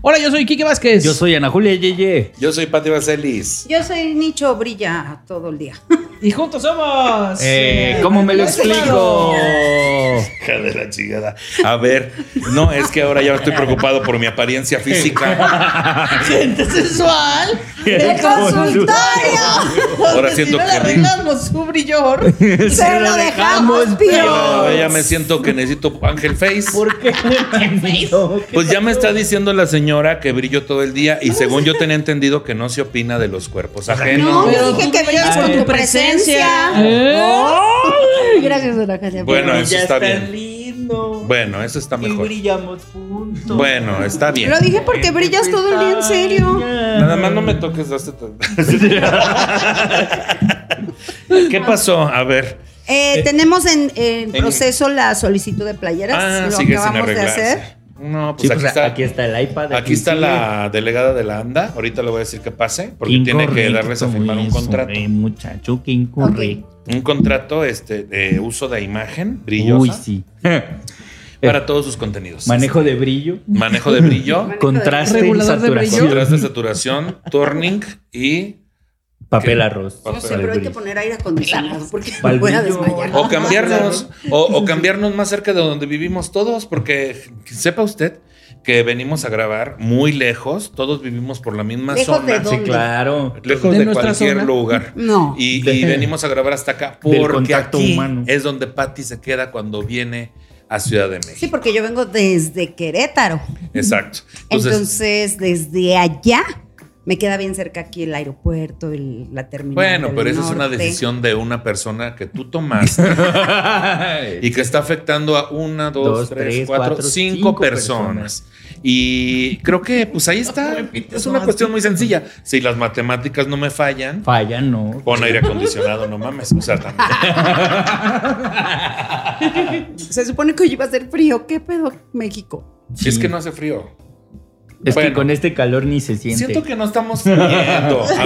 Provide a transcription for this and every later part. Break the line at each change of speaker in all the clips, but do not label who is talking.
Hola, yo soy Quique Vázquez.
Yo soy Ana Julia Yeye.
Yo soy Pati Vaselis.
Yo soy Nicho Brilla todo el día.
Y juntos somos.
Eh, ¿Cómo me lo explico?
Hija de la chingada. A ver, no, es que ahora ya estoy preocupado por mi apariencia física.
Gente sensual.
¡El consultorio!
Ahora
Ahora si
siento
no le
que-
arreglamos su brillador.
¡Se lo dejamos, pío!
Ahora ya me siento que necesito Ángel Face.
¿Por qué?
Pues ya me está diciendo la señora que brillo todo el día y según yo tenía entendido que no se opina de los cuerpos
No,
ajenos.
Pero
dije
tú
que brillas
brillas
con
con
tu
tu
presencia. ¿Eh? Ay, Gracias, Ana Julia.
Bueno,
Ya
eso está bien.
lindo.
Bueno, eso está
y
mejor.
brillamos juntos.
Bueno, está bien. Eh,
Lo dije porque brillas todo el día en serio.
Nada más no me toques. este las tetas. ¿Qué pasó? A ver.
Eh, tenemos en, en
en-
proceso la solicitud de playeras,
Ah,
lo
sigue
que
sin
acabamos de
arreglarse.
hacer.
No, pues,
Sí, pues,
aquí, está, aquí,
el iPad.
está
sigue.
la delegada de la ANDA. Ahorita le voy a decir que pase, porque tiene que
Incorrecto
darles a firmar un
eso,
contrato.
eh, muchacho, qué incorrecto.
Un contrato este, de uso de imagen brillosa
Uy, sí.
para todos sus contenidos.
Manejo de brillo.
Manejo de brillo,
Contraste y
Regulador de
saturación.
contraste, saturación, turning y...
Papel
¿Qué?
arroz.
No
No sé,
Para
pero hay que poner aire acondicionado porque
Para
me
el
voy a
brillo.
desmayar.
O cambiarnos, o, o cambiarnos más cerca de donde vivimos todos, porque sepa usted que venimos a grabar muy lejos, todos vivimos por la misma
¿Lejos de
zona,
dónde?
Sí, claro.
lejos
De
de,
nuestra
cualquier
zona.
lugar.
No.
Y,
De-
y venimos a grabar hasta acá
Del
porque
contacto
aquí
humano.
es donde Patty se queda cuando viene a Ciudad de
Sí,
México.
porque yo vengo desde Querétaro.
Exacto. Entonces,
Entonces, desde allá me queda bien cerca aquí el aeropuerto, el- la terminal.
bueno,
del
pero esa es una
norte.
decisión de una persona que tú tomaste
Este,
y que está afectando a una, dos,
Dos,
tres,
tres,
cuatro,
cuatro,
cinco,
cinco
personas. Y creo que pues ahí está. Es una cuestión muy sencilla. Si las matemáticas no me fallan,
Falla, no.
pon aire acondicionado, no mames. O sea, también.
Se supone que hoy iba a ser frío. ¿Qué pedo, México?
Si es que no hace frío.
Es que
Bueno.
con este calor ni se siente.
Siento que no estamos friendo. A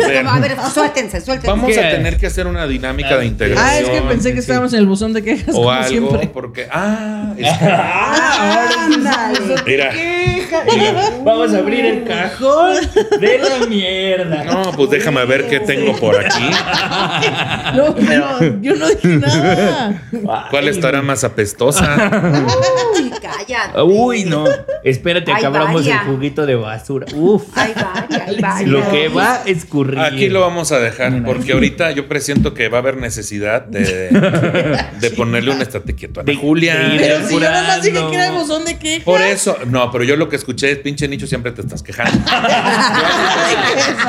ver.
A ver, suéltense, suéltense.
Vamos
¿Qué?
a tener que hacer una dinámica de integración.
Ah, es que pensé que
Sí.
estábamos en el buzón de quejas.
o
como
algo,
siempre.
porque ah, es-
Ah, ándale.
mira, mira.
Vamos a abrir el cajón de la mierda.
No, pues déjame ver qué tengo por aquí.
No, pero yo no dije nada.
¿Cuál estará más apestosa?
Uy, cállate.
Uy, no. Espérate,
Hay
que abramos
varias.
el juguito de basura. Uf.
Ahí va, ahí va, ahí
Lo
va.
que va a escurrir.
Aquí lo vamos a dejar
Mira.
porque ahorita yo presiento que va a haber necesidad de, de ponerle un estate quieto a Ana
De- de
Julia.
ir
Pero si yo nada más dije
apurando.
que era el buzón de quejas.
Por eso, no, pero yo lo que escuché es pinche nicho siempre te estás quejando.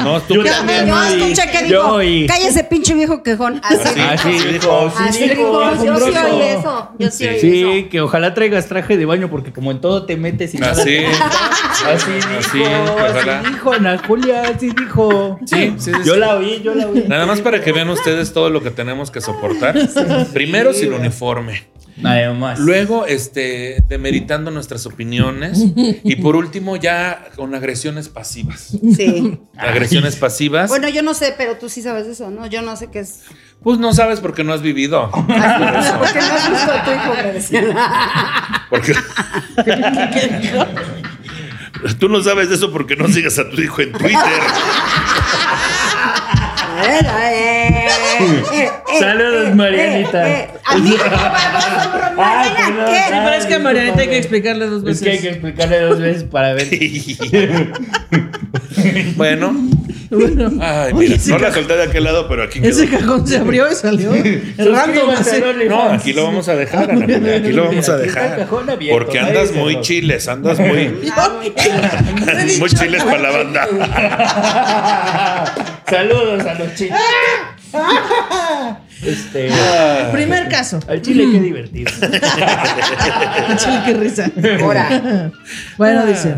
No, tú
Yo
Yo,
también
yo
oí,
escuché que
yo
dijo,
oí.
cállese pinche viejo quejón. Así,
Así
Así.
dijo. Ah, sí
así
dijo,
dijo. Yo sí
asombroso.
oí eso. Yo sí oí
Sí,
eso.
que ojalá traigas traje de baño porque como en todo te metes y nada.
Así.
te gusta. Así dijo.
Así, pues,
Así,
ojalá.
dijo Ana Julia, así dijo.
Sí, sí, sí,
Yo
sí.
la oí, yo la oí.
Nada más para que vean ustedes todo lo que tenemos que soportar. Primero sin uniforme.
Además.
Luego, este, demeritando nuestras opiniones. Y por último, ya con agresiones pasivas.
Sí.
Agresiones pasivas.
Bueno, yo no sé, pero tú sí sabes eso, ¿no? Yo no sé qué es.
Pues no sabes porque no has vivido.
Porque no has visto a tu hijo, me decían.
Porque... Tú no sabes eso porque no sigas a tu hijo en Twitter.
A ver, a ver. eh,
Saludos, Marianita.
A mí, ¿cómo vamos a
Ay,
bromear?
perdón.
eh, ¿Qué?
Sí, pero es que a Marianita hay que explicarle dos
Es
pues,
veces.
que hay que explicarle dos veces para ver.
bueno,
Bueno, oye,
Ay, mira,
ese,
no la
ca-
solté de aquel lado, pero aquí quedó.
ese cajón se abrió y salió. Random.
Suscríbanse
así.
al OnlyFans.
No, aquí lo vamos a dejar, Ana Julia, aquí lo vamos a
Aquí está el
dejar.
cajón abierto,
Porque
nadie
andas
se
muy
lo-
chiles, andas muy,
No he dicho
muy chiles para la
nada.
banda.
Saludos a los chicos. Este.
Primer caso.
Al chile, qué divertido.
Chale, Ah, qué risa.
Ahora.
Bueno, dice.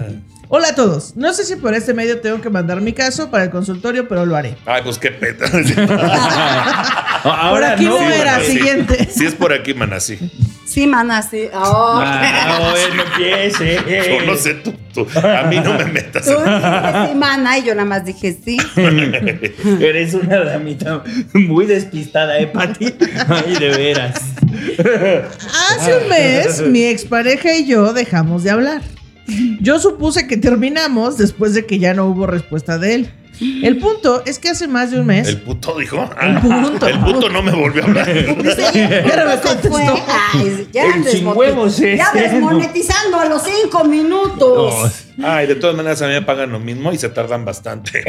Hola a todos. No sé si por este medio tengo que mandar mi caso para el consultorio, pero lo haré.
Ay, pues qué peta.
Por
Ahora
aquí no,
no.
bueno,
era.
sí.
Siguiente.
Si es por aquí, maná, sí.
Sí, mana, sí. Oh.
Ah, no, eh, no empiece. eh.
Yo no sé tú, tú. A mí no me metas.
Tú dijiste sí, mana, y yo nada más dije sí.
Mm. Eres una damita muy despistada, ¿eh, Pati? Ay, de veras.
Hace un mes, mi expareja y yo dejamos de hablar. Yo supuse que terminamos después de que ya no hubo respuesta de él. El punto es que hace más de un mes.
El puto dijo. "Ah, El puto. no me volvió a hablar.
Ya no me
Se fue.
contestó.
Ay, ya
El
andes
sin
moti-
huevos es
Ya
él, ¿no?
desmonetizando a los cinco minutos.
Ay, de todas maneras a mí me pagan lo mismo y se tardan bastante.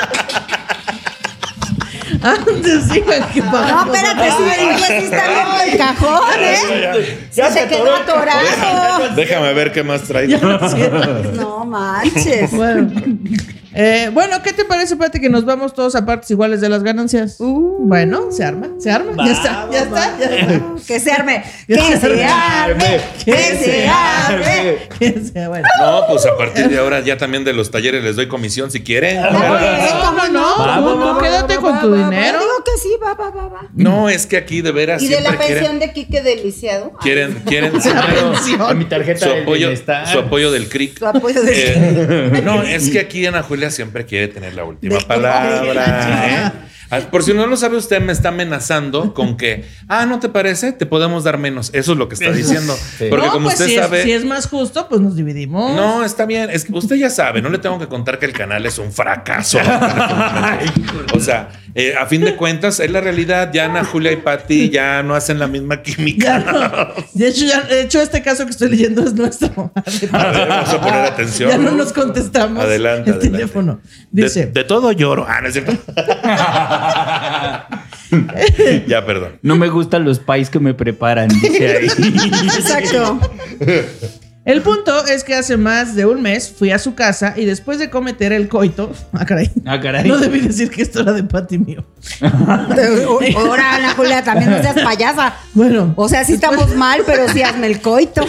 Antes digan que
No,
pagamos.
espérate, sí, pues sí está viendo el cajón, ¿eh?
Ya
Sí, se quedó atorado.
Déjame ver qué más traigo.
No manches.
Bueno. Eh, bueno, ¿qué te parece, Pati, que nos vamos todos a partes iguales de las ganancias?
Uh.
bueno, se arma, se arma. ya está, ya está, ya está.
Que se arme.
Ya
Que
se
se arme. Que se arme.
Que sea, bueno.
No, pues a partir de ahora ya también de los talleres les doy comisión si quieren.
No, no, no, tú-
Va, va,
tú
va, va,
quédate con tu dinero.
Yo digo que sí, va, va, va, va.
No, es que aquí de veras
Y de
siempre
la pensión
quieren,
de Quique Deliciado. Ay,
quieren, quieren
Claro,
pensión.
a mi tarjeta
su
del
apoyo,
bienestar.
su apoyo del CRIC.
Tu apoyo de
Eh, no, es que aquí Ana Julia siempre quiere tener la última
De-
palabra. ¿eh? Ah, Por si no lo sabe usted, me está amenazando con que, ah, ¿no te parece? Te podemos dar menos. Eso es lo que está diciendo.
sí.
Porque
no,
como
pues
usted
si,
sabe...
es, si es más justo, pues nos dividimos.
No, está bien. Es que usted ya sabe, no le tengo que contar que el canal es un fracaso. o sea, eh, a fin de cuentas, es la realidad. Ya Ana Julia y Patti ya no hacen la misma
Ya
química.
no. De hecho, ya- de hecho, este caso que estoy leyendo es nuestro.
A ver, vamos a poner atención.
Ya no nos contestamos
Adelante,
el
adelante.
teléfono.
De-
Dice,
de, todo lloro. Ah, no es cierto. ya, perdón.
No me gustan los pais que me preparan, dice ahí.
Exacto.
el punto es que hace más de un mes fui a su casa y después de cometer el coito... Ah, caray.
Ah, caray.
No debí decir que esto era de Pati mío.
Ahora, Ana Julia, también no seas payasa.
Bueno,
O sea, sí estamos mal, pero sí hazme el coito.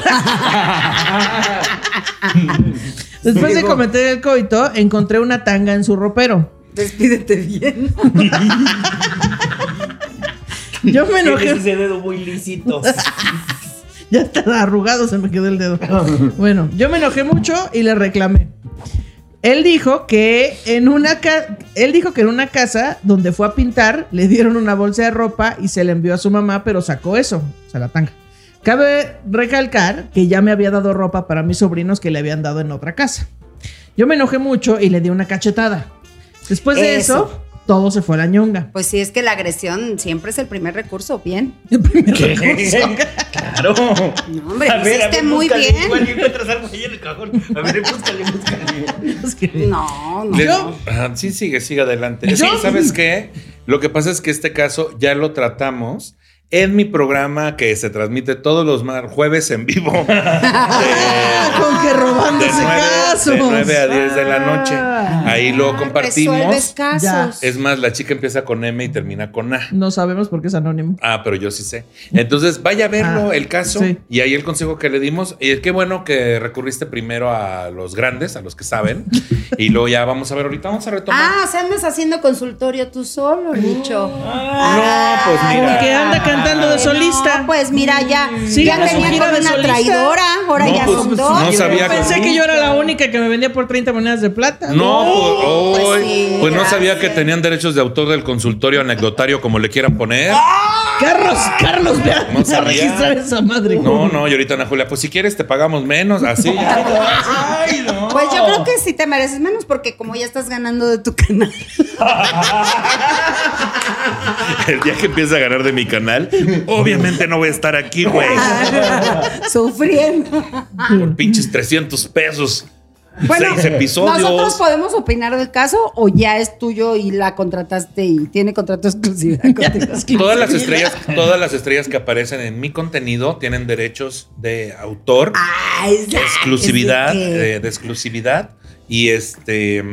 después de cometer el coito, encontré una tanga en su ropero.
Despídete bien.
Yo me
Tienes
enojé.
ese dedo muy lícito.
Ya está arrugado, se me quedó el dedo. Bueno, yo me enojé mucho y le reclamé. Él dijo que en una ca- él dijo que en una casa donde fue a pintar le dieron una bolsa de ropa y se la envió a su mamá, pero sacó eso, o sea, la tanga. Cabe recalcar que ya me había dado ropa para mis sobrinos que le habían dado en otra casa. Yo me enojé mucho y le di una cachetada. Después de eso,
Eso.
todo se fue a la ñonga.
Pues sí, es que la agresión siempre es el primer recurso. Bien.
El primer recurso.
Claro.
No, hombre, lo hiciste muy
búscale,
bien.
Igual y encuentras algo ahí en el cajón. A ver, búscale, búscale.
Es que-
No, no.
Le-
no.
Ajá, sí, sigue, sigue adelante. Es
Yo-
que, ¿Sabes qué? Lo que pasa es que este caso ya lo tratamos en mi programa que se transmite todos los mar- jueves en vivo.
Ah, con que robando
de
ese
9,
caso.
de 9 a 10 de la noche.
Ah.
Ahí lo
Resuelves
compartimos.
casos.
Es más, la chica empieza con M y termina con A.
No sabemos por qué es anónimo.
Ah, pero yo sí sé. Entonces, vaya a verlo
Ah,
el caso
sí.
y ahí el consejo que le dimos. Y es que bueno que recurriste primero a los grandes, a los que saben. y luego ya vamos a ver, ahorita vamos a retomar.
Ah, o sea, andas haciendo consultorio tú solo, Nicho.
no, pues
Ay,
mira.
Porque Ah. anda cantando de
Ah, no,
solista.
pues mira, ya,
Sí,
ya
era su
tenía
gira
con
de
una
solista.
traidora, ahora
No,
ya
pues,
son
pues,
dos.
no sabía
Pensé que yo era la única que me vendía por 30 monedas de plata.
No,
No,
pues,
pues
hoy,
sí,
pues no sabía que
gracias.
tenían derechos de autor del consultorio anecdotario, como le quieran poner.
Carlos, Carlos, vea,
No
Ah, a
sabía.
registrar esa madre.
No, no, y ahorita Ana Julia, pues si quieres te pagamos menos, así.
Ay, no.
Pues yo creo que sí te mereces menos porque como ya estás ganando de tu canal.
El día que empiece a ganar de mi canal, obviamente no voy a estar
Ah.
aquí, güey.
Sufriendo.
Por pinches 300 pesos.
Bueno,
seis episodios.
¿Nosotros podemos opinar del caso o ya es tuyo y la contrataste y tiene contrato exclusivo contigo?
Todas las estrellas, todas las estrellas que aparecen en mi contenido tienen derechos de autor,
Ah, esa-
exclusividad,
es de que-
eh, de exclusividad y este.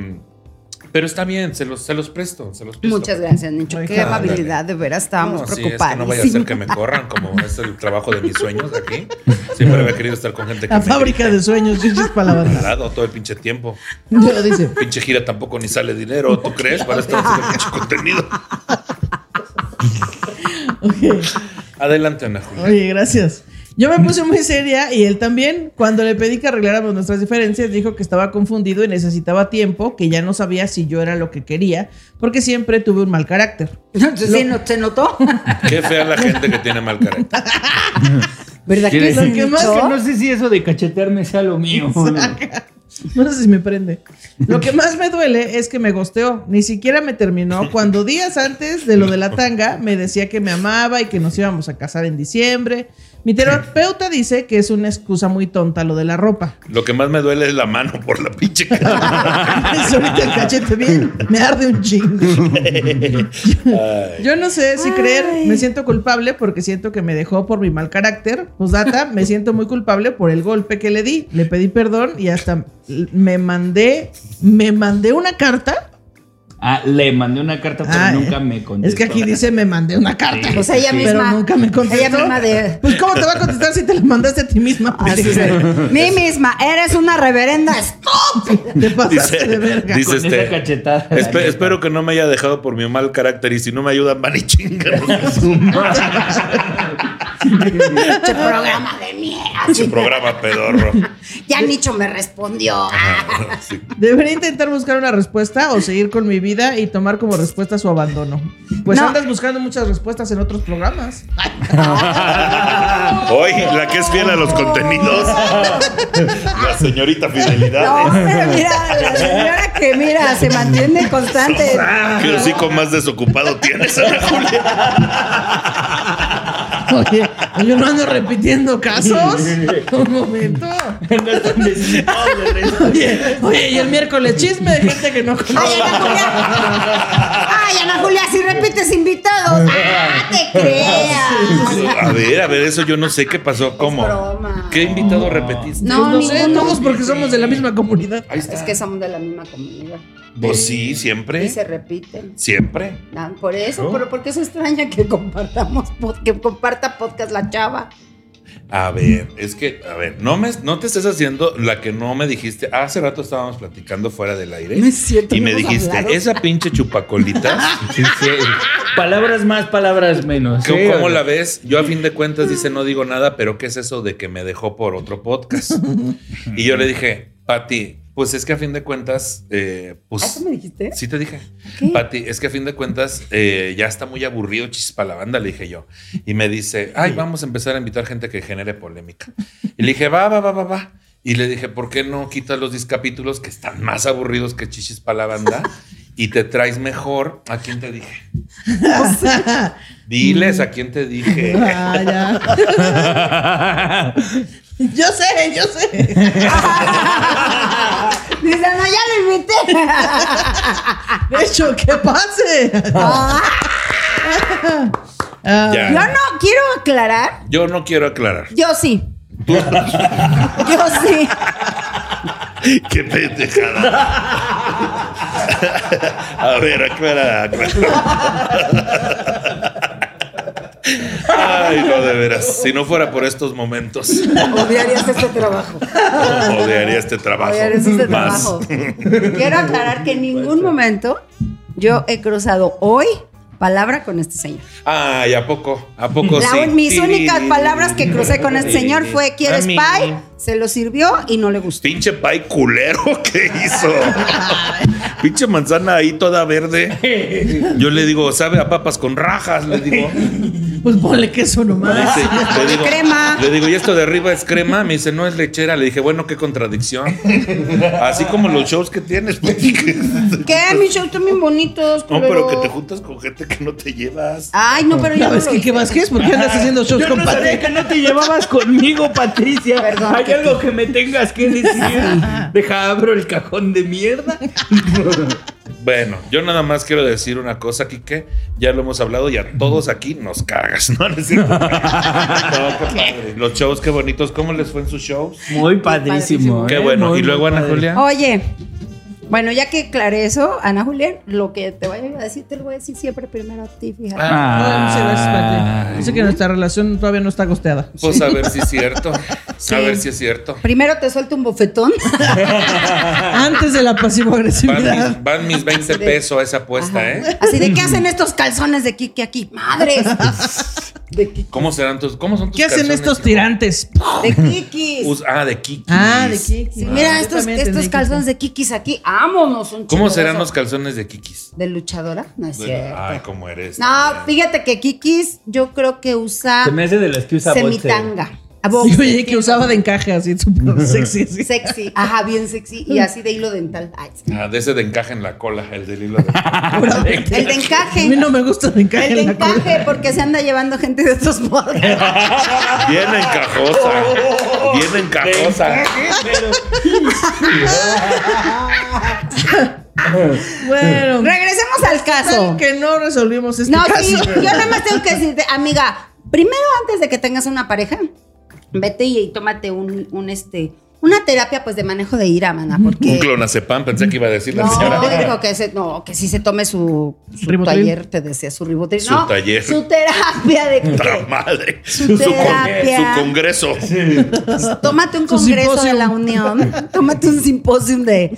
Pero está bien, se los, se los presto, se los presto.
Muchas gracias, Nicho.
Ay,
Qué
caray.
amabilidad, de veras, estábamos
No, sí, es
preocupados.
que no vaya a ser que me corran, como es el trabajo de mis sueños aquí. Siempre había querido estar con gente que
La
me
fábrica de sueños, chichis para la
grita
banda.
al lado todo el pinche tiempo.
Lo dice.
Pinche gira tampoco ni sale dinero, ¿tú crees? Para estar haciendo pinche contenido.
Ok.
Adelante, Ana Julia.
Oye, gracias. Yo me puse muy seria y él también, cuando le pedí que arregláramos nuestras diferencias, dijo que estaba confundido y necesitaba tiempo, que ya no sabía si yo era lo que quería, porque siempre tuve un mal carácter.
¿Sí, no, ¿Se notó?
Qué fea la gente que tiene mal carácter.
¿Verdad que
Quiere
sí,
decir que más
Nicho?
que
Que no sé si eso de cachetearme sea lo mío.
No sé si me prende. Lo que más me duele es que me gosteó, ni siquiera me terminó, cuando días antes de lo de la tanga me decía que me amaba y que nos íbamos a casar en diciembre. Mi terapeuta dice que es una excusa muy tonta lo de la ropa.
Lo que más me duele es la mano por la pinche cara.
Pues ahorita el cachete bien, me arde un chingo. Yo no sé si creer, me siento culpable porque siento que me dejó por mi mal carácter. Posdata, me siento muy culpable por el golpe que le di. Le pedí perdón y hasta me mandé, me mandé una carta.
Ah, le mandé una carta, pero
Ah,
nunca
eh,
me contestó.
Es que aquí dice me mandé una carta.
O sea, ella
Sí.
misma.
Pero nunca me contestó.
Ella misma de. Ah,
Pues cómo te va a contestar si te la mandaste a ti misma.
Así de, Mí misma, eres una reverenda.
Te pasaste
Dice,
de verga.
dice
Con esa
este.
cachetada.
"Espe- espero que no me haya dejado por mi mal carácter y si no me ayudan van y chingan
Este programa de
su
mierda.
programa pedorro.
Ya Nicho me respondió.
Ajá, sí.
Debería intentar buscar una respuesta o seguir con mi vida y tomar como respuesta su abandono. Pues
No.
andas buscando muchas respuestas en otros programas.
Hoy, la que es fiel a los contenidos. La señorita
No,
Fidelidad.
pero mira, la señora que mira, se mantiene constante.
¿Qué hocico más desocupado tienes, Ana Julia?
Oye, yo no ando repitiendo casos. Un momento.
No están
"Oh,
necesitados de eso.
Oye, oye, y el miércoles chisme de gente que no
Ay,
conoce.
Ana Julia. Ay, Ana Julia, si repites invitados. Ah, te creas.
A ver, a ver, eso yo no sé qué pasó. ¿Cómo?
broma.
¿Qué invitado repetiste?
No,
No,
Pues no sé,
ninguno.
todos porque somos de la misma comunidad.
Ahí está.
Es que somos de la misma comunidad.
Pues Ah. sí, Oh.
Y
siempre.
se repiten.
Siempre.
Ah, Por eso,
¿No?
pero porque es extraña que compartamos, pod- que comparta podcast la chava.
A ver, es que, a ver, no, me, no te estés haciendo la que no me dijiste. Hace rato estábamos platicando fuera del aire.
No es cierto,
Y
no
me
hemos
dijiste,
hablado.
esa pinche chupacolitas,
Sí, sí. Palabras más, palabras menos.
¿cómo-
Sí,
¿cómo
oye.
la ves? Yo a fin de
Mm.
cuentas dice, no digo nada, pero ¿qué es eso de que me dejó por otro podcast? Y yo le dije, Pati, pues es que a fin de cuentas, eh, pues...
¿Ah, ¿Eso me dijiste?
Sí te dije. Pati, es que a fin de cuentas eh, ya está muy aburrido chispa la banda, le dije yo. Y me dice, ay, vamos a empezar a invitar gente que genere polémica. Y le dije, va, va, va, va, va. Y le dije, ¿por qué no quitas los 10 capítulos que están más aburridos que chichis para la banda? Y te traes mejor. ¿A quién te dije? Diles a quién te dije.
Ah, ya. Yo sé, yo sé.
Dice, no, ya lo invité.
De hecho, que pase. Ah,
Ya.
Yo no quiero aclarar.
Yo no quiero aclarar.
Yo sí. Yo sí.
Qué pendejada. A ver, aclara, aclara. Ay, no, de veras. Si no fuera por estos momentos,
Odiarías este trabajo.
odiaría este trabajo.
Odiarías este
más.
trabajo. Quiero aclarar que en ningún momento yo he cruzado hoy palabra con este señor.
Ay, ¿a poco? ¿A poco
La-
sí?
mis
Tiri-
únicas palabras que crucé con este señor fue ¿Quieres
Mami.
pie? Se lo sirvió y no le gustó.
Pinche pay culero que hizo. Pinche manzana ahí toda verde. Yo le digo, sabe a papas con rajas, le digo.
Pues ponle queso nomás.
Sí, le digo,
Crema.
Le digo, ¿y esto de arriba es crema? Me dice, no es lechera. Le dije, bueno, qué contradicción. Así como los shows que tienes. pues.
¿Qué? Mis shows están bien bonitos.
No, pero que te
culero.
juntas con gente que no te llevas.
Ay, no, pero
¿Ya
yo.
ves
no
que
lo-
qué Vázquez? ¿Por qué andas haciendo shows
Yo
con
no sabía
Patrick?
que no te llevabas conmigo, Patricia. Hay algo que me tengas que decir. Deja, abro el cajón de mierda.
Bueno, yo nada más quiero decir una cosa, Quique. Ya lo hemos hablado y a todos aquí nos cagas. No, No es cierto. No, qué padre. Los shows, qué bonitos. ¿Cómo les fue en sus shows?
Muy padrísimo.
Qué
¿eh?
bueno.
Muy,
y luego
muy
Ana
padre.
Julia.
Oye, bueno, ya que aclaré eso, Ana Julia, lo que te vaya a decir, te lo voy a decir siempre primero a ti, fíjate.
Ah, muchas gracias, Patrick.
Ah,
Dice que nuestra relación todavía no está costeada.
Pues a ver si es cierto.
Sí.
A ver si es cierto.
Primero te suelto un bofetón.
Antes de la
Van
pasivo-agresividad.
mis, van mis 20 pesos a esa apuesta, ¿eh?
Así de qué hacen estos calzones de Kike aquí. Madres. De Kiki.
¿Cómo serán tus, cómo son tus
¿Qué hacen
calzones,
estos
hijo?
tirantes?
De Kikis.
Us- ah, de Kiki.
Ah, de Kiki.
Sí, mira estos, estos calzones de Kikis aquí. Ámonos un
¿Cómo
chingo de
serán
eso.
los calzones de Kikis?
de luchadora? No es cierto.
Ay, pues, cómo eres.
No, fíjate que Kikis yo creo que usa
Se me hace de las que usa eh. boxer.
semitanga. A
Y
boxer.
oye, que usaba de encaje así, súper sexy. así.
Sexy, ajá, bien sexy
Mm.
y así de hilo dental. Ay, sí.
Ah, de ese de encaje en la cola, el del hilo de...
El de encaje.
A mí no me gusta de encaje
el de
en la cola.
encaje, porque se anda llevando gente de otros modos.
Bien encajosa. Bien encajosa.
Bueno,
Regresemos
tal
al caso.
que no resolvimos este
No,
caso.
sí, yo nada más tengo que decirte, amiga, primero antes de que tengas una pareja, vete y, y tómate un, un, este, una terapia pues de manejo de ira, mana,
Un
porque
clonazepam, pensé que iba a decir la
no,
señora.
digo que se, no, que sí se tome su, su
Ribotril.
taller, te decía, su ribotril,
Su
no,
taller.
su terapia de
¡Puta madre!
Su
Su, con-
terapia.
su congreso.
tómate un
Su
congreso de
simposio.
la unión, tómate un simposio de,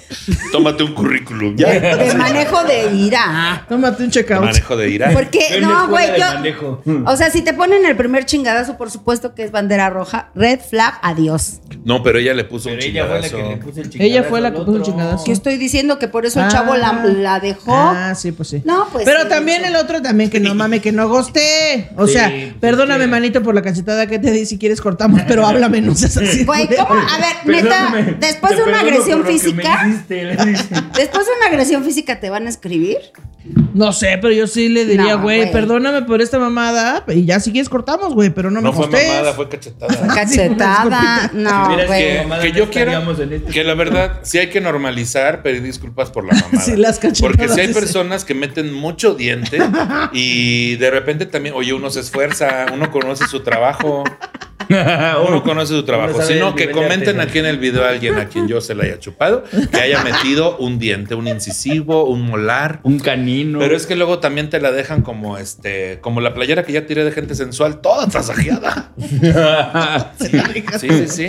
Tómate un currículum.
de-
Ya.
de manejo de ira.
Tómate un check-out.
Manejo de ira.
Porque,
en la
no,
escuela
güey,
de
yo.
manejo.
O sea, si te ponen el primer chingadazo, por supuesto que es bandera roja. Red flag, adiós.
No, pero ella le puso
Pero
un
ella fue la
chingadazo.
que le puso el chingadazo.
Ella fue la
al
que puso el
otro.
chingadazo.
Que estoy diciendo que por eso el
Ah.
chavo la, la dejó.
Ah, sí, pues sí.
No, pues
Pero
sí,
también
sí.
el otro también, que no mame, que no goste. O
Sí,
sea,
pues
perdóname,
que-
manito, por la cachetada que te di. Si quieres, cortamos, pero háblame, no seas así.
Güey, ¿cómo? A ver,
Perdóname,
neta, después
te
de una
perdono por
agresión
lo que me
física,
hiciste, le dice.
después de una agresión física te van a escribir.
No sé, pero yo sí le diría,
No,
güey,
güey.
perdóname por esta mamada. Y ya si quieres, cortamos, güey, pero no,
No
me
fue
gostes.
mamada, fue cachetada.
Ah,
Cachetada. No,
Mira, es
güey.
que,
mamada
que
no
yo quiero
estaríamos en este-
que la verdad sí hay que normalizar pedir disculpas por la mamada.
Sí, las cachetadas,
porque sí hay
dice.
personas que meten mucho diente y de repente también, oye, uno se esfuerza, uno conoce su trabajo. Uno conoce su trabajo.
sabe
Si no,
el
que
nivel de
comenten
arte, ¿no?
aquí en el video a alguien a quien yo se le haya chupado, que haya metido un diente, un incisivo, un molar.
Un canino.
Pero es que luego también te la dejan como este, como la playera que ya tiré de gente sensual, toda tasajeada. Sí, sí, sí.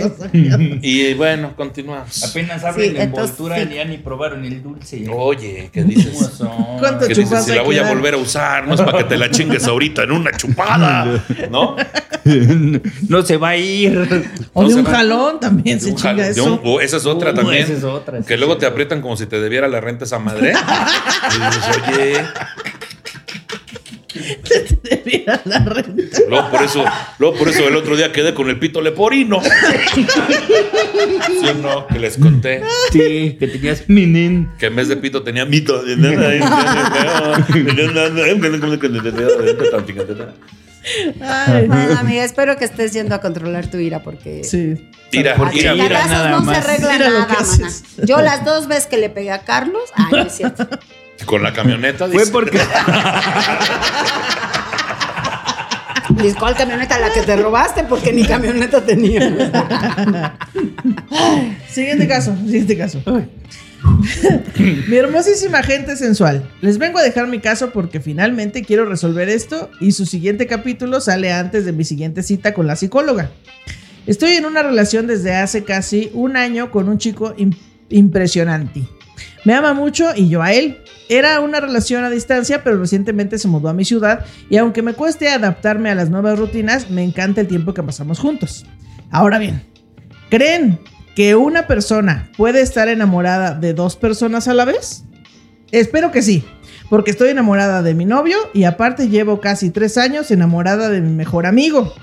Y bueno, continuamos.
Apenas abren
Sí,
la
entonces,
envoltura
sí.
y ya ni probaron el dulce.
Oye, ¿qué
¿Cómo
Oh, dices?
son?
¿Cuánto
Que dices,
chupas
si
hay
la
que
voy a
dar?
volver a usar, no es para que te la chingues ahorita en una chupada, ¿no?
No se va a ir.
O
No
de
se
un
va.
jalón también se
De un
chinga
jal- de
eso.
un- o esa es otra
Uh,
también.
esa es otra, sí,
que luego
sí.
te aprietan como si te debiera la renta esa madre. Y dices, oye.
Mira la renta.
Luego por, eso, luego por eso el otro día quedé con el pito leporino. ¿Sí o no? Que les conté
Sí, que tenías minin.
que en vez de pito tenía mito.
Ay,
Bueno, amiga, espero que estés yendo a controlar tu ira porque.
sí.
Tira,
a
tira,
mira,
chingadazos
nada
no se
más.
arregla
Mira lo
nada,
que haces.
mana. Yo las dos veces que le pegué a Carlos, ay, no es cierto.
Con la camioneta.
Fue
dice.
porque.
Dice, ¿cuál camioneta? La que te robaste, porque ni camioneta tenía.
Siguiente caso, siguiente caso. mi hermosísima gente sensual, les vengo a dejar mi caso porque finalmente quiero resolver esto y su siguiente capítulo sale antes de mi siguiente cita con la psicóloga. Estoy en una relación desde hace casi un año con un chico im- impresionante. Me ama mucho y yo a él. Era una relación a distancia, pero recientemente se mudó a mi ciudad y aunque me cueste adaptarme a las nuevas rutinas, me encanta el tiempo que pasamos juntos. Ahora bien, ¿Creen que una persona puede estar enamorada de dos personas a la vez? Espero que sí, porque estoy enamorada de mi novio y aparte llevo casi tres años enamorada de mi mejor amigo.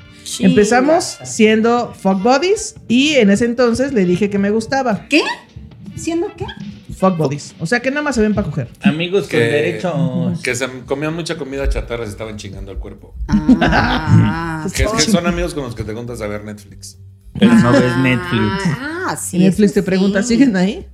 Empezamos siendo fuck buddies y en ese entonces le dije que me gustaba.
¿Qué? ¿Siendo qué?
Fuck buddies. O sea que nada más se ven para coger.
Amigos
Que-
con derechos.
Que se comían mucha comida chatarra, se estaban chingando el cuerpo.
Ah,
Que es que son amigos con los que te juntas a ver Netflix.
Pero no ves Netflix.
Ah, sí.
y Netflix
eso
te pregunta,
sí.
¿siguen ahí?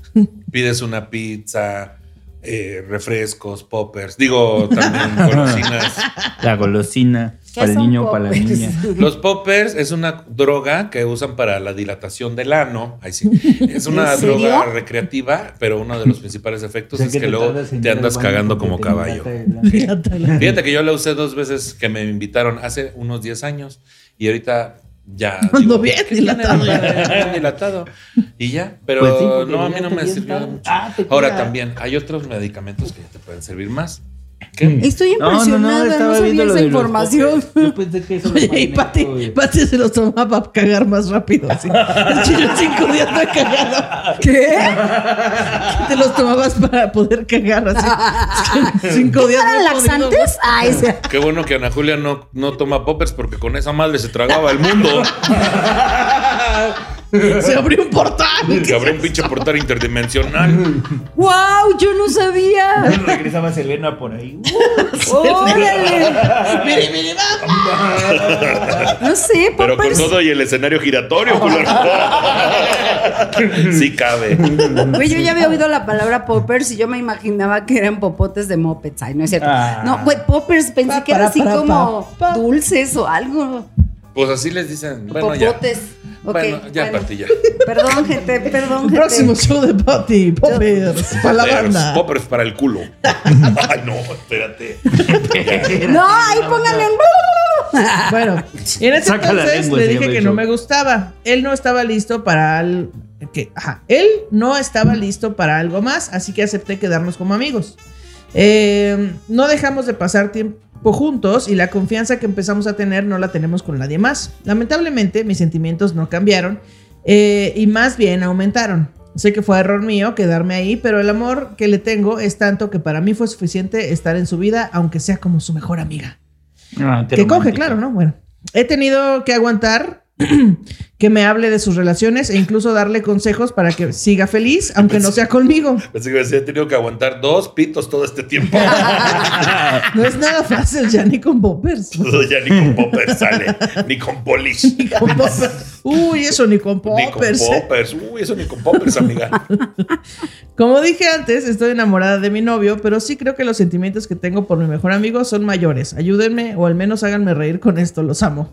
Pides una pizza, eh, refrescos, poppers. Digo, también golosinas.
La golosina.
¿Qué
Para el
son
niño, para la
poppers?
niña.
Los poppers es una droga que usan para la dilatación del ano. Ahí sí. Es una
¿En serio?
droga recreativa, pero uno de los principales efectos es que, luego te andas cagando como caballo. Fíjate que yo la usé dos veces que me invitaron hace unos 10 años y ahorita ya.
Ando bien
¿qué tiene de
dilatado.
padre? Bien dilatado. Y ya, pero
Pues sí, porque
no, a mí
ya
no
te
me
bien
sirvió
tarde.
mucho.
Ah, te
Ahora
cura.
también, hay otros medicamentos que ya te pueden servir más.
Estoy
No, no,
impresionada,
no,
no,
estaba
sabía
viendo lo
esa
de los
información.
poppers. Yo pensé que eso
Oye, y Pati, Pati se los tomaba para cagar más rápido. Así. El chillo en cinco días no ha cagado. ¿Qué? Te los tomabas para poder cagar así. Cinco días.
¿Eran
no he podido.
laxantes? Ay, sí.
Qué bueno que Ana Julia no, no toma poppers porque con esa madre se tragaba el mundo.
Se abrió un portal.
Que habrá un pinche portal interdimensional.
¡Wow! Yo no sabía.
Regresaba Selena por ahí.
¡Órale!
Mire, mire, va.
No sé,
Pero con
poppers.
todo y el escenario giratorio, culero. Sí cabe.
Güey, yo ya había oído la palabra poppers y yo me imaginaba que eran popotes de mopeds. Ay, no es cierto.
Ah.
No, güey, poppers pensé
Pa,
que era
para,
así
para,
como
pa, pa.
dulces o algo.
Pues así les dicen. Bueno, ya.
popotes. Ok,
bueno, ya,
bueno.
Pati, ya.
Perdón, gente, perdón, gente.
Próximo show de Pati. Poppers. Para la
Poppers,
banda.
Poppers para el culo. Ay, no, espérate.
No, ahí pónganle un.
Bueno, y en ese
Saca la
entonces
lengua,
le
se
dije
llama
que
el
no
show.
me gustaba. Él no estaba listo para al- que, ajá, él no estaba listo para algo más, así que acepté quedarnos como amigos. Eh, no dejamos de pasar tiempo juntos y la confianza que empezamos a tener no la tenemos con nadie más. Lamentablemente, mis sentimientos no cambiaron eh, y más bien aumentaron. Sé que fue error mío quedarme ahí, pero el amor que le tengo es tanto que para mí fue suficiente estar en su vida, aunque sea como su mejor amiga.
Ah, qué
Que coge,
romántico.
claro, ¿no? Bueno, he tenido que aguantar que me hable de sus relaciones e incluso darle consejos para que siga feliz, aunque no sea conmigo.
Pensé que decía, he tenido que aguantar dos pitos todo este tiempo.
No es nada fácil ya ni con poppers.
ya ni con poppers sale, ni con polish.
Ni con poppers. Uy, eso ni con
Ni con
poppers. ¿eh?
poppers. Uy, eso ni con poppers, amiga.
Como dije antes, estoy enamorada de mi novio, pero sí creo que los sentimientos que tengo por mi mejor amigo son mayores. Ayúdenme o al menos háganme reír con esto, los amo.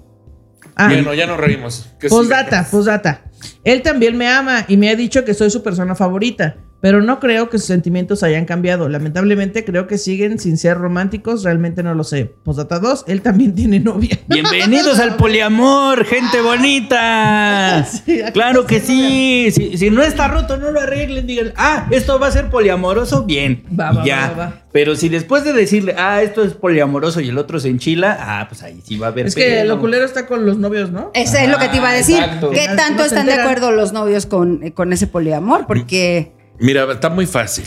Ah,
Bueno, ya nos reímos. Que siga.
Postdata, postdata. Él también me ama y me ha dicho que soy su persona favorita, pero no creo que sus sentimientos hayan cambiado. Lamentablemente creo que siguen sin ser románticos, realmente no lo sé. Postdata 2, él también tiene novia.
Bienvenidos al poliamor, gente bonita. Claro que sí. Si, si no está roto, no lo arreglen. Digan, ah, esto va a ser poliamoroso, bien.
Va,
y
va,
ya.
va, va.
Pero si después de decirle, ah, esto es poliamoroso y el otro se enchila, ah, pues ahí sí va a haber.
Es que
pedo.
lo culero está con los novios, ¿no?
Eso es lo que te iba a
Ah,
decir.
exacto.
¿Qué
No, no
tanto
se
están de
enteran.
acuerdo los novios con, eh, con ese poliamor? Porque.
Mira, está muy fácil.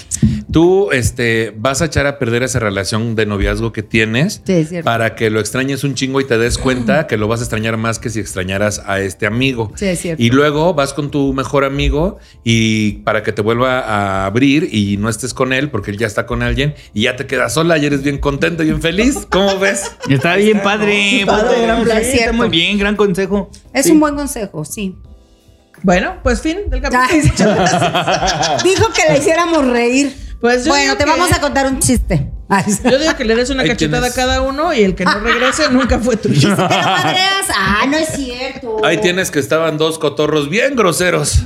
Tú este, vas a echar a perder esa relación de noviazgo que tienes
Sí, es cierto.
para que lo extrañes un chingo y te des cuenta que lo vas a extrañar más que si extrañaras a este amigo.
Sí, es cierto.
Y luego vas con tu mejor amigo y para que te vuelva a abrir y no estés con él porque él ya está con alguien y ya te quedas sola y eres bien contento y bien feliz. ¿Cómo ves?
Está bien, padre.
Está
padre,
bien,
gran
es
plan, está
cierto.
muy bien, gran consejo.
Es un buen consejo, sí.
Bueno, pues fin del
Ay,
capítulo.
Dijo que le hiciéramos reír.
Pues yo
bueno,
digo
te
que-
vamos a contar un chiste. Ay, si te
Yo digo que le des una
Ahí
cachetada a
tienes.
cada uno y el que no regrese nunca fue tuyo.
lo madreas. Ah, no es cierto.
Ahí tienes que estaban dos cotorros bien groseros.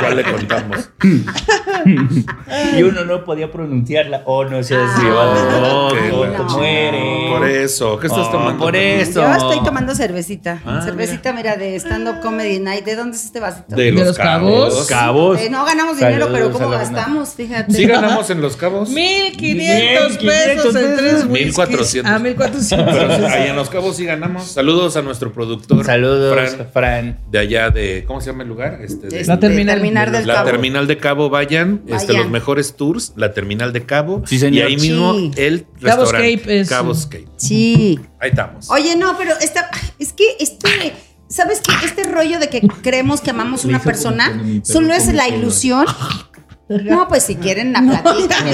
¿Cuál le contamos?
Y uno no podía pronunciarla. Oh, no seas
Ah,
llevado.
qué la
¿Cómo eres?
Por eso. ¿Qué estás
Oh,
tomando?
Por eso.
Yo estoy tomando cervecita.
Ah,
cervecita, mira. de Stand Up Comedy Night. ¿De dónde es este vasito?
De los,
los
cabos.
cabos.
Cabos.
Eh, no ganamos dinero, pero ¿cómo gastamos? Fíjate.
Sí ganamos en los cabos.
1500 pesos
1500
en tres
pesos.
whiskies.
1400.
Ah, 1400.
Pero ahí en los cabos sí ganamos. Saludos a nuestro productor.
Saludos, Fran.
Fran, de allá de. ¿Cómo se llama el lugar? Este, de-
Este,
La terminal.
la
del cabo.
terminal de Cabo. Vayan, este,
Vayan.
los mejores tours, la terminal de Cabo.
Sí, señor.
Y ahí mismo
Sí.
el
Cabo
restaurante.
Escape es-
Cabo Escape.
Sí.
Ahí estamos.
Oye, no, pero esta, es que este, ¿sabes qué? Este rollo de que creemos que amamos
Le
una
hice
persona
como que mi perro
solo es
come
la
todo.
ilusión. No, pues si quieren la platican.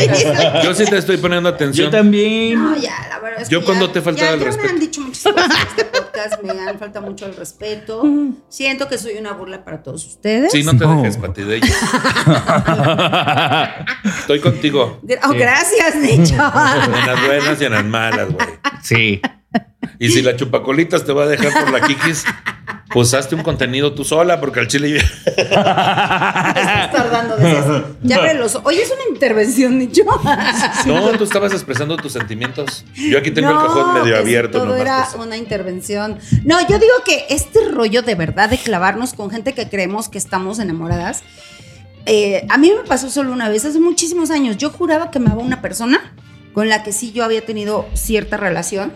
Yo sí te estoy poniendo atención.
Yo también.
No, ya, la verdad es
Yo
que
cuando
ya-
te he faltado
ya-
el
ya me
respeto.
han dicho muchas cosas en este podcast, me han faltado mucho el respeto. Siento que soy una burla para todos ustedes.
Sí, no te
No.
dejes, Pati, de ella. Estoy contigo.
Gra- oh, gracias, Nicho.
En las buenas y en las malas, güey.
Sí.
Y si la chupacolitas te va a dejar por la Kikis, pues hazte un contenido tú sola, porque al chile yo-
Estás tardando decías. Ya abre los ojos. Oye, es una intervención, Nicho.
No, tú estabas expresando tus sentimientos. Yo aquí tengo
No,
el cajón medio
que
abierto.
Todo
nomás,
era
pues.
una intervención. No, yo digo que este rollo de verdad de clavarnos con gente que creemos que estamos enamoradas. eh, a mí me pasó solo una vez, hace muchísimos años. Yo juraba que me amaba una persona con la que sí yo había tenido cierta relación.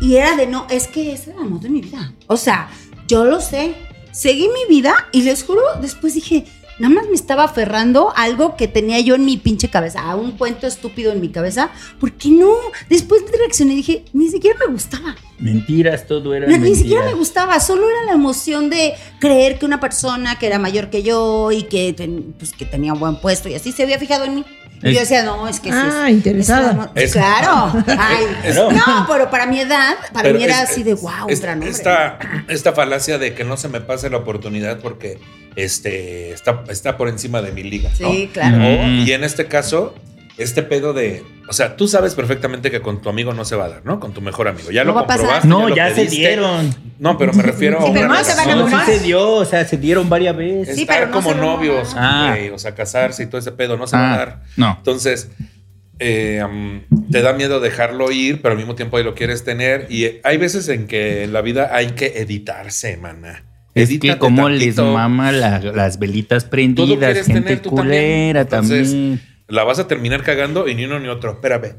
Y era de no, es que es el amor de mi vida. O sea, yo lo sé. Seguí mi vida y les juro, después dije, nada más me estaba aferrando a algo que tenía yo en mi pinche cabeza, a un cuento estúpido en mi cabeza. ¿Por qué no? Después reaccioné y dije, ni siquiera me gustaba.
Mentiras, todo era
No, ni
mentiras.
siquiera me gustaba, solo era la emoción de creer que una persona que era mayor que yo y que, ten- pues, que tenía un buen puesto y así se había fijado en mí. Y
Es-
yo decía, no, es que sí. es-
Ah,
es
interesada.
el amor".
Es-
Claro. Ay,
Es-
no, pero para mi edad, para
Pero
mí era
es-
así de wow,
es-
otra nombre".
esta, esta falacia de que no se me pase la oportunidad porque este, está, está por encima de mi liga. ¿no?
Sí, claro.
O-
Mm.
y en este caso, este pedo de. O sea, tú sabes perfectamente que con tu amigo no se va a dar, ¿no? Con tu mejor amigo. Ya
No
lo
va a pasar.
comprobaste.
No,
lo
ya se
pediste.
dieron.
No, pero me refiero
Sí,
a.
pero
una
no se van a
relación.
No, sí
nomás.
se dio, o sea, se dieron varias veces.
Sí,
Estar
pero no
como
se van a
novios,
dar.
güey, o sea, casarse y todo ese pedo, no se va a
Ah,
dar.
no.
Entonces, eh, mm, te da miedo dejarlo ir, pero al mismo tiempo ahí lo quieres tener. Y eh, hay veces en que en la vida hay que editarse, mana.
Es
Edítate
que como les
tantito.
mama la- las velitas
Todo
prendidas,
quieres
gente
tener tú
culera
también.
también.
Entonces, La vas a terminar cagando y ni uno ni otro. Espérame,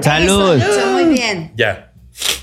Salud.
Eso, eso, muy bien.
ya.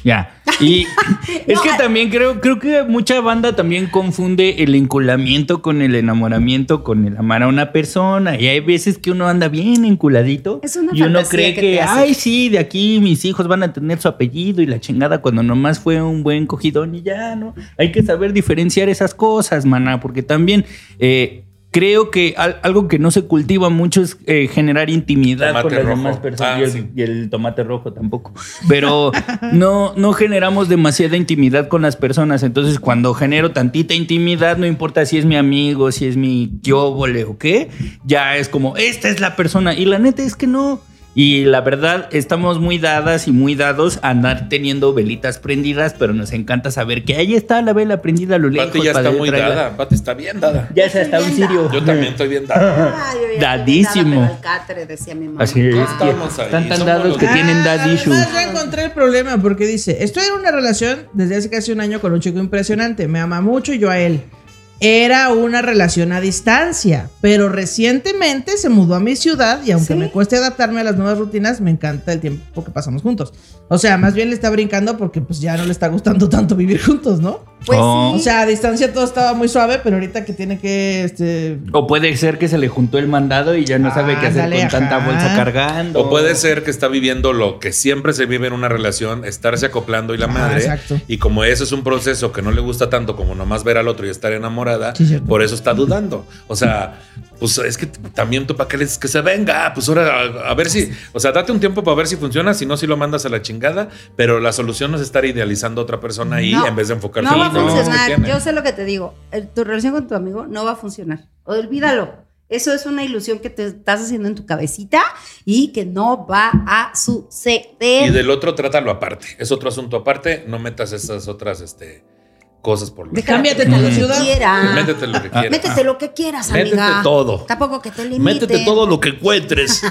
Ya. Y es
No,
que
ah.
también creo, creo que mucha banda también confunde el enculamiento con el enamoramiento, con el amar a una persona. Y hay veces que uno anda bien enculadito
Es una
y uno
fantasía
cree
que
que,
te hace.
ay, sí, de aquí mis hijos van a tener su apellido y la chingada cuando nomás fue un buen cogidón y ya, ¿no? Hay que saber diferenciar esas cosas, maná, porque también... eh, Creo que al- algo que no se cultiva mucho es eh, generar intimidad
Tomate
con las
rojo.
demás personas.
Ah,
Y el-
sí.
y el tomate rojo tampoco. Pero no, no generamos demasiada intimidad con las personas. Entonces, cuando genero tantita intimidad, no importa si es mi amigo, si es mi quióbole o qué, ya es como, esta es la persona. Y la neta es que no. Y la verdad, estamos muy dadas y muy dados a andar teniendo velitas prendidas, pero nos encanta saber que ahí está la vela prendida a lo lejos.
Pati ya
para
está muy
detrás.
dada. Pati está bien dada.
Ya se hasta un sirio.
Yo también estoy bien dada.
Ay, oye,
Dadísimo.
Pero al catre, decía mi mamá.
Así es.
Ay,
está. Estamos ahí,
Están tan
somos
dados
los-
que tienen dad
Ah,
issues.
además, ya encontré el problema porque dice, estoy en una relación desde hace casi un año con un chico impresionante, me ama mucho y yo a él. Era una relación a distancia, pero recientemente se mudó a mi ciudad y aunque
Sí.
me cueste adaptarme a las nuevas rutinas, me encanta el tiempo que pasamos juntos. O sea, más bien le está brincando porque pues ya no le está gustando tanto vivir juntos, ¿no?
Pues
Oh.
sí.
O sea, a distancia todo estaba muy suave, pero ahorita que tiene que este
O puede ser que se le juntó el mandado y ya no sabe qué hacer
Ándale,
con tanta
ajá.
bolsa cargando.
O puede ser que está viviendo lo que siempre se vive en una relación, estarse acoplando y la
Ah,
madre.
exacto.
Y como eso es un proceso que no le gusta tanto como nomás ver al otro y estar enamorada,
Sí, cierto.
por eso está dudando. O sea, pues es que también tú para qué le dices que se venga, pues ahora a, a ver si, o sea, date un tiempo para ver si funciona, si no, si lo mandas a la chingada, pero la solución no es estar idealizando a otra persona ahí
No,
en vez de enfocarse
No
en
va a
los problemas que
funcionar.
tiene.
Yo sé lo que te digo. Eh, Tu relación con tu amigo no va a funcionar. Olvídalo. Eso es una ilusión que te estás haciendo en tu cabecita y que no va a
Y
suceder.
del otro trátalo aparte. Es otro asunto aparte, no metas esas otras este, cosas por lo
Deja-
cámbiate de la
Lo que
ciudad.
quieras.
pues Métete lo que quieras.
Métete lo que quieras,
Métete
amiga.
todo.
Tampoco que te limite.
Métete todo lo que encuentres.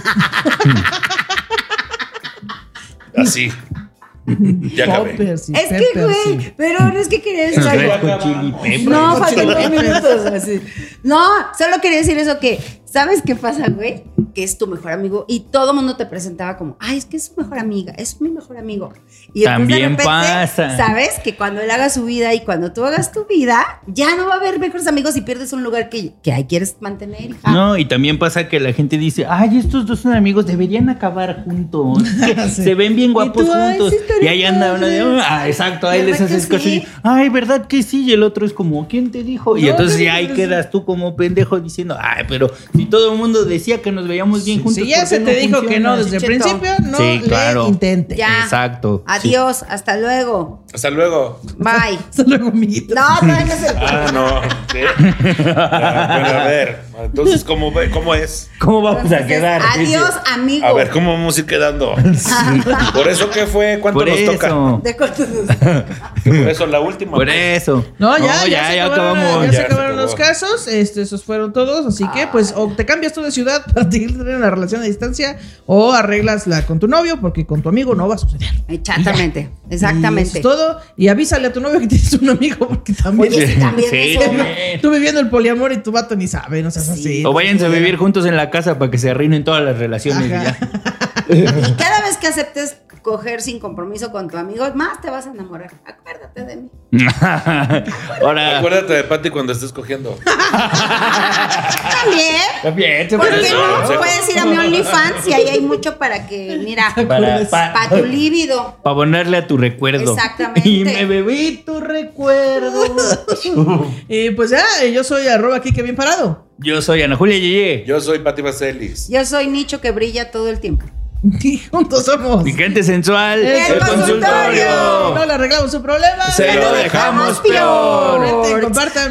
Así. Ya acabé.
Poppers y
Es que,
peppers y-
güey, pero no es que quería decir algo.
Red Hot Chili Peppers.
No, faltan dos minutos. Así. No, solo quería decir eso que sa- ¿Sabes qué pasa, güey? Que es tu mejor amigo y todo el mundo te presentaba como, ay, es que es su mejor amiga, es mi mejor amigo. Y entonces,
También pasa.
Sabes que cuando él haga su vida y cuando tú hagas tu vida, ya no va a haber mejores amigos y pierdes un lugar que, que ahí quieres mantener,
Ah.
hija.
No, y también pasa que la gente dice, ay, estos dos son amigos, deberían acabar juntos. Se ven bien guapos
tú, ay,
juntos.
sí, estaría
y ahí anda uno de,
padre.
ah, exacto, ahí
¿Verdad
les haces
que
cosas
sí?
y, ay, ¿verdad que sí? Y el otro es como, ¿quién te dijo? Y
No,
entonces
sí,
ya ahí
sí.
quedas tú como pendejo diciendo, ay, pero si todo el mundo decía que nos veíamos bien juntos.
Si ya
¿por
se
qué
te
no
dijo que no
funciona?"
desde el
Cheto.
principio, no
Sí, claro.
le intente.
Ya.
Exacto. sí.
Adiós, hasta luego.
Hasta luego.
Bye.
Hasta luego, amiguito.
No, todavía no es el-
Ah, no. Sí. Ah, bueno, a ver. Entonces, ¿cómo, ve- cómo es?
¿Cómo vamos a
Entonces,
quedar? Dice.
Adiós, amigo.
A ver, ¿cómo vamos a ir quedando? ¿Por eso qué fue? ¿Cuánto
Por
nos
eso.
toca?
De cortos.
Que Por eso la última.
Por
pues.
eso.
No, ya,
No,
ya, se acabaron,
acabamos.
ya se
Ya se
acabaron los
acabó.
casos, este, esos fueron todos, así que pues o te cambias tú de ciudad para seguir teniendo una relación a distancia o arreglasla con tu novio porque con tu amigo no va a suceder.
Exactamente,
Y eso
exactamente.
es todo y avísale a tu novio que tienes un amigo porque también
Oye, sí, también
Sí,
eso.
también.
tú viviendo el poliamor y tu vato ni sabe, no seas así.
O váyanse a vivir juntos en la casa para que se arruinen todas las relaciones. y
Ajá.
ya.
Y cada vez que aceptes coger sin compromiso con tu amigo, más te vas a enamorar. Acuérdate de mí.
Ahora.
Acuérdate de Pati cuando estés cogiendo.
También.
También se
¿Por
puede
qué
eso,
no?
consejo.
Puedes ir a mi OnlyFans y ahí hay mucho para que, mira,
Para, pa-
para tu líbido.
pa ponerle a tu recuerdo.
Exactamente.
Y me bebí tu recuerdo.
Y pues ya, eh, yo soy arroba aquí que bien parado.
Yo soy Ana Julia Yeye.
Yo soy Pati Vaselis.
Yo soy nicho que brilla todo el tiempo.
Y juntos somos
Mi gente sensual.
El consultorio.
Si No le arreglamos su problema.
Se lo dejamos peor.
Comenten, compartan.